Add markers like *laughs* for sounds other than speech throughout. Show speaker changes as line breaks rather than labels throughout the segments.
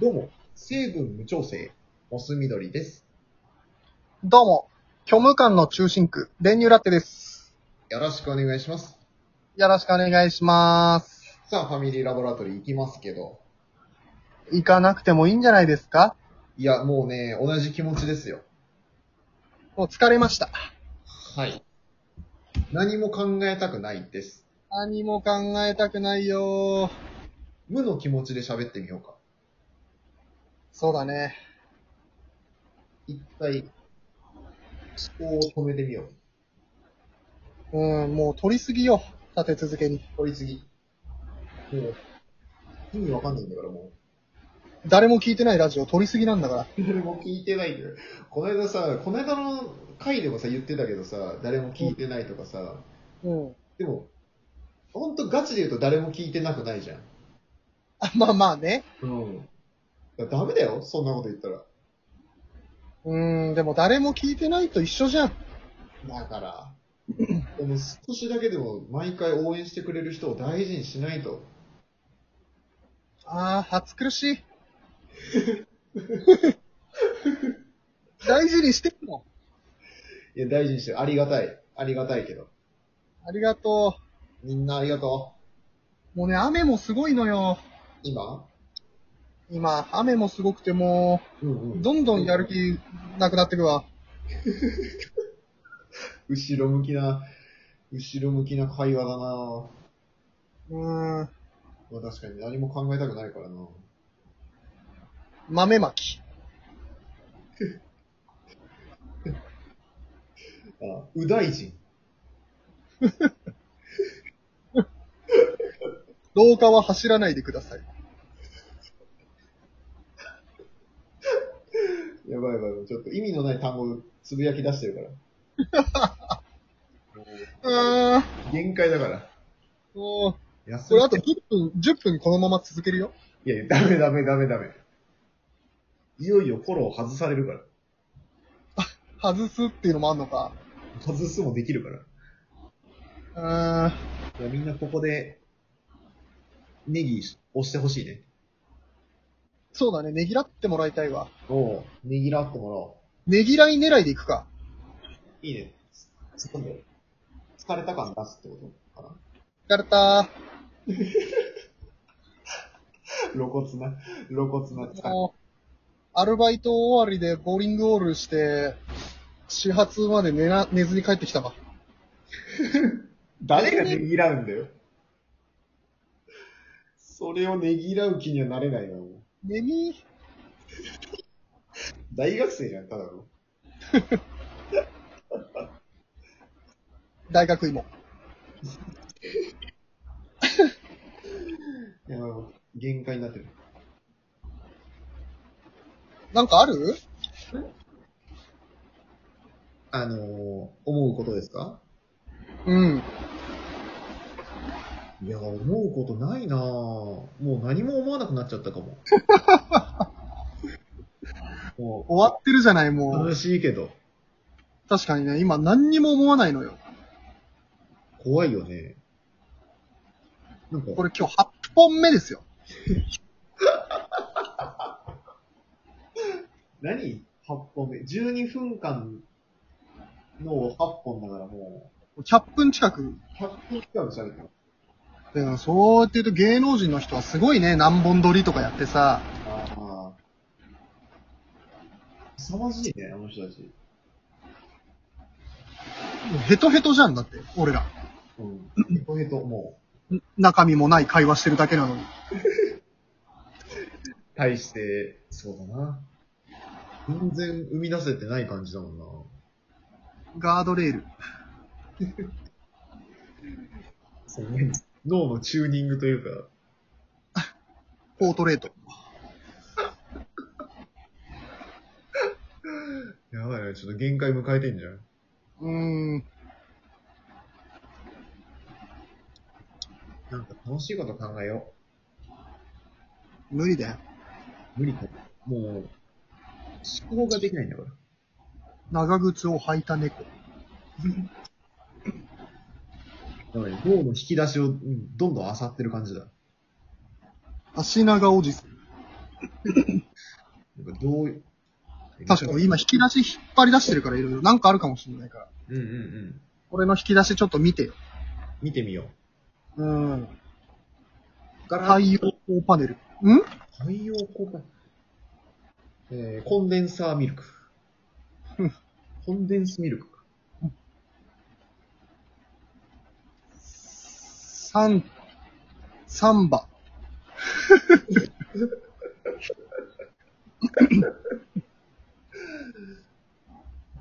どうも、成分無調整、モス緑です。
どうも、虚無感の中心区、練乳ラテです。
よろしくお願いします。
よろしくお願いします。
さあ、ファミリーラボラトリー行きますけど、
行かなくてもいいんじゃないですか
いや、もうね、同じ気持ちですよ。
もう疲れました。
はい。何も考えたくないです。
何も考えたくないよー。
無の気持ちで喋ってみようか。
そうだね。
一回、思考を止めてみよう。
うん、もう取りすぎよ。立て続けに。
取り次ぎ。もう、意味わかんないんだからも
誰も聞いてないラジオ取りすぎなんだから。
う。誰 *laughs* も聞いてないんだよ。この間さ、この間の回でもさ、言ってたけどさ、誰も聞いてないとかさ、
うん。
でも、ほんとガチで言うと誰も聞いてなくないじゃん。
あ、まあまあね。
うん。ダメだよ、そんなこと言ったら。
うん、でも誰も聞いてないと一緒じゃん。
だから。でも少しだけでも毎回応援してくれる人を大事にしないと。
あー、初苦 *laughs* しい。大事にしてんの。
いや、大事にしてる。ありがたい。ありがたいけど。
ありがと
みんなありがと
う。もうね、雨もすごいのよ。
う。今
今、雨もすごくても
うん
う、どんどんやる気なくなってくわ。
後ろ向きな、後ろ向きな会話だな
うーん、
まあ確かに何も考えたくないからな
豆まき。
あ、う大臣。
廊下は走らないでください。
やばいやばいやばい。ちょっと意味のない単語つぶやき出してるから。 *laughs* もう
うーん、
限界だから。
もう、
休
こ
み
れあと10分、10分このまま続けるよ。
いやいや、ダメダメダメダメ。いよいよフォロー外されるから。
外すっていうのもあんのか。
外すもできるから。
うーん、
いや、みんなここで、ネギ押してほしいね。
そうだね、ねぎらってもらいたいわ。
おう、ネギらってもらお
ねぎらい狙いでいくか。
う。いいね。つかんで。疲れた感出すってことかな。
やられた
露骨な、露骨な疲
ー。
れ。
もう、アルバイト終わりでボーリングオールして、始発まで寝な、寝ずに帰ってきたわ。
誰がネギらうんだよ。それをネギらう気にはなれないな、もう。
ねみ
大学生じゃん、ただの。
大学芋。
いや、限界になってる。
なんかある
あのー思うことですか
うん。
いや、思うことないなぁ。もう何も思わなくなっちゃったかも。も
終わってるじゃない、も
う、
う。
楽しいけど、
確かにね、今何にも思わないのよ。
怖いよね。なんか、
これ今日8本目ですよ。
何 ?8 本目。12分間の8本だからも
100分近く。
う、100分近く喋ってます。
でもそうやって言うと芸能人の人はすごいね、何本撮りとかやってさ、
ああ。凄まじいね、あの人たち。
ヘトヘトじゃんだって、俺ら。
うん。ヘトヘト、も
ん中身もない会話してるだけなのに。
う、対して、そうだな。全然生み出せてない感じだもんな。
ガードレール。
そうね脳のチューニングというか、
ポートレート。
やばいな、ちょっと限界迎えてんじゃん。
うーん。
なんか楽しいこと考えよ
無理だよ。
う。無理かも。もう、思考ができないんだから。
長靴を履いた猫。
だから脳の引き出しをうんどんどん漁ってる感じだ。
足長おじさん。
なんかどう、
確かに今引き出し引っ張り出してるからいろいろなんかあるかもしれないから。
うんうんうん。
俺の引き出しちょっと見てよ。
見てみよう。
うん。
ガラ
太陽光パネル。ん
太陽光パえー、コンデンサーミ
*laughs*
ルク
うん。
コンデンスミルクか。
サン、サンバ。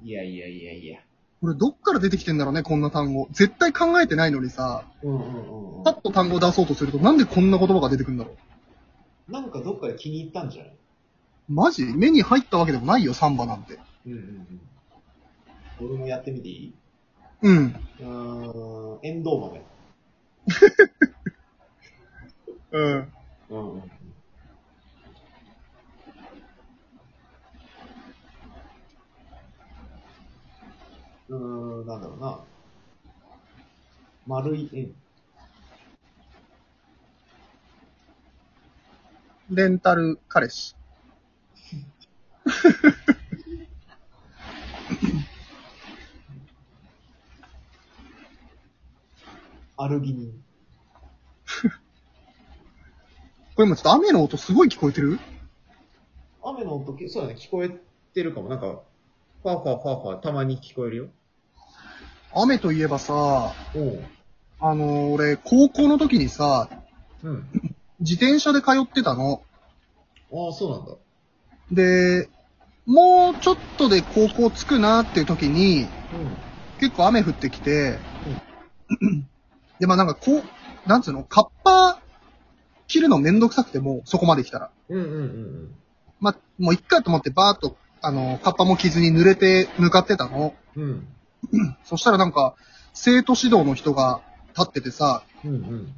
いやいやいやいや。
これどっから出てきてんだろうね、こんな単語。絶対考えてないのにさ、
うんうんうんうん
パ。ッと単語出そうとするとなんでこんな言葉が出てくるんだろう。
なんかどっかで気に入ったんじゃない
マジ目に入ったわけでもないよ、サンバなんて。
うんうんうん。俺もやってみていい
うん。
うーん、エンドウ豆。
うん。
うんうん。うーん、なんだろうな。丸い円。
レンタル彼氏。
アルギニン。
これもちょっと雨の音すごい聞こえてる
雨の音、そうだね、聞こえてるかも。なんか、ファーファーファーファー、たまに聞こえるよ。
雨といえばさ、
おう。
あのー俺、高校の時にさ、
うん。
自転車で通ってたの。
ああ、そうなんだ。
で、もうちょっとで高校着くなっていう時に、結構雨降ってきて、で、まあなんかこう、なんつうの、カッパ着るのめんどくさくてもう、そこまで来たら。
うん。うんうんうん
まあ、もう一回と思ってバーっと、あのー、カッパも着ずに濡れて向かってたの。
うん。うん。
そしたらなんか、生徒指導の人が立っててさ、
うんうん。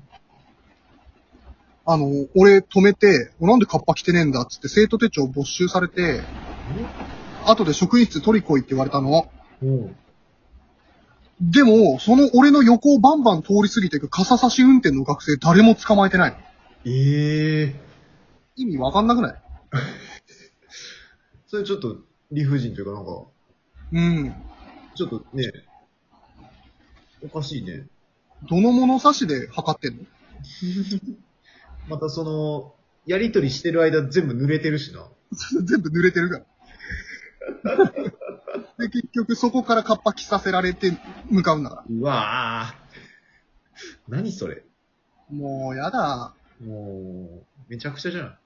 あのー、俺止めて、なんでカッパ着てねえんだっつって生徒手帳没収されて、後で職員室取り来いって言われたの。
おう。
でも、その俺の横をバンバン通り過ぎていく傘差し運転の学生誰も捕まえてないの。
ええー。
意味わかんなくない
それちょっと理不尽というかなんか、
うん。
ちょっとね、おかしいね。
どの物差しで測ってんの *laughs*
またその、やりとりしてる間全部濡れてるしな。
全部濡れてるから。で、結局そこからカッパ着させられて向かうんだから。
うわぁ。何それ。
もうやだ。
もう、めちゃくちゃじゃん。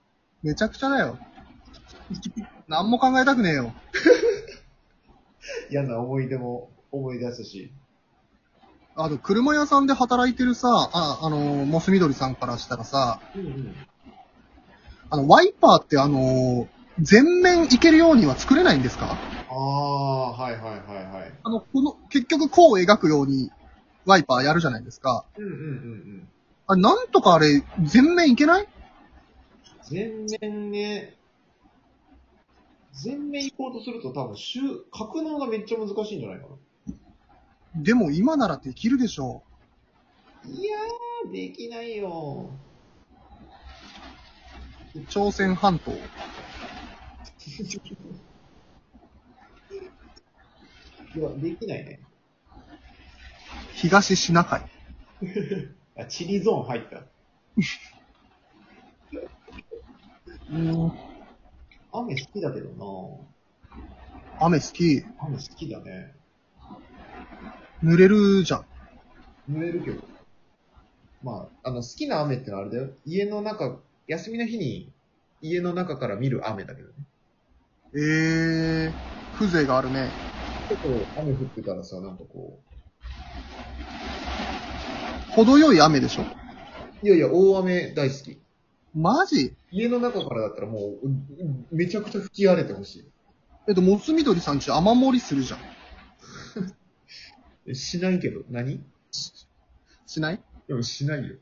めちゃくちゃだよ。何も考えたくねえよ。
嫌な思い出も思い出すし。
あと、車屋さんで働いてるさ、あ、あのー、モスみどりさんからしたらさ、
うんうん。
あの、ワイパーってあのー、全面いけるようには作れないんですか
ああ、はいはいはいはい。
あの、この、結局こう描くようにワイパーやるじゃないですか。
うんうんうんうん。
あれ、なんとかあれ、全面いけない
全面ね、全面行こうとすると多分、収格納がめっちゃ難しいんじゃないかな。
でも今ならできるでしょ
いやー、できないよ。
う。朝鮮半島。
*laughs* いや、できないね。
東シナ海。
あ、チリゾーン入った。
うん。
雨好きだけど
雨好き。
な雨好きだね。
濡れるじゃん。
濡れるけど。まあ、あの、好きな雨ってのはあれだよ。家の中、休みの日に家の中から見る雨だけどね。
ええー、風情があるね。
結構雨降ってたらさ、なんかこ
程よい雨でしょ。
う、いやいや、大雨大好き。
マジ
家の中からだったらもう、うんうんめちゃくちゃ吹き荒れてほし
えっと、モスみどりさんち雨漏りするじゃん。
いえ。しないけど、何
しない
でもしないよ。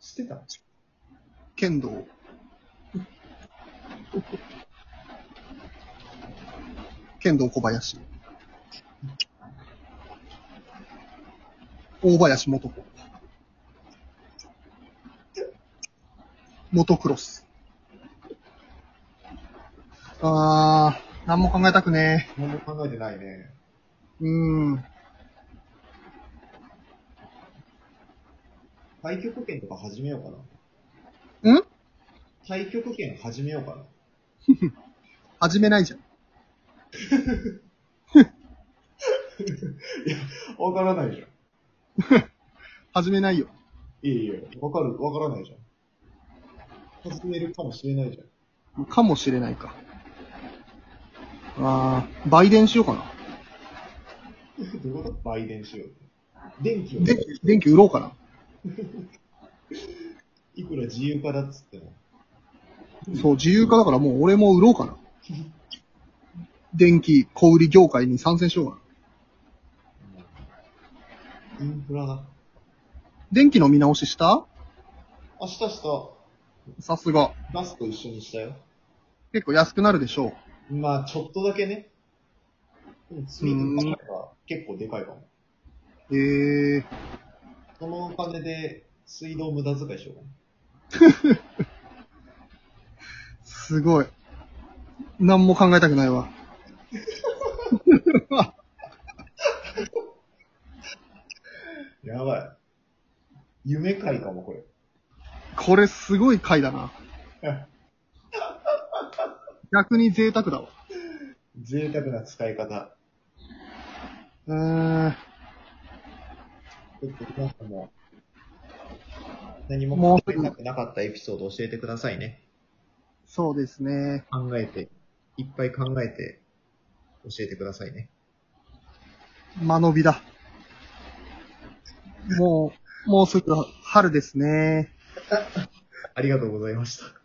してた
剣道。剣道小林。大林元子。モトクロス。あー、なんも考えたくね
何も考えてないね。
え。うーん。
対局券とか始めようかな。
ん
対局券始めようかな。
始めないじゃん。
わからないじゃん。
始めないよ。
いいよ。わかる、わからないじゃん。始めるかもしれないじゃん。
かもしれないか。あー、売電しようかな。
どういうこと売電しよう。電気を
で、電気売ろうかな。
いくら自由化だっつっても。
そう、自由化だからもう俺も売ろうかな。電気小売業界に参戦しようかな。
インフラだ。
電気の見直しした
明日した、
さすが。
ガスと一緒にしたよ。
結構安くなるでしょ
まあ、ちょっとだけね。でも、積み立てが結構でかいかも。
う。ええー。
そのお金で、水道無駄遣いしようかな。
すごい。何も考えたくないわ。
やばい。夢界かも、これ。
これすごい回だな。逆に贅沢だわ。
贅沢な使い方。
うーん。
ちょっと皆さんも、何も
もう
考
す
え
ぐ
たくなかったエピソードを教えてくださいね。
そうですね。
考えて、いっぱい考えて、教えてくださいね。
間延びだ。もう、もうすぐ春ですね。
ありがとうございました。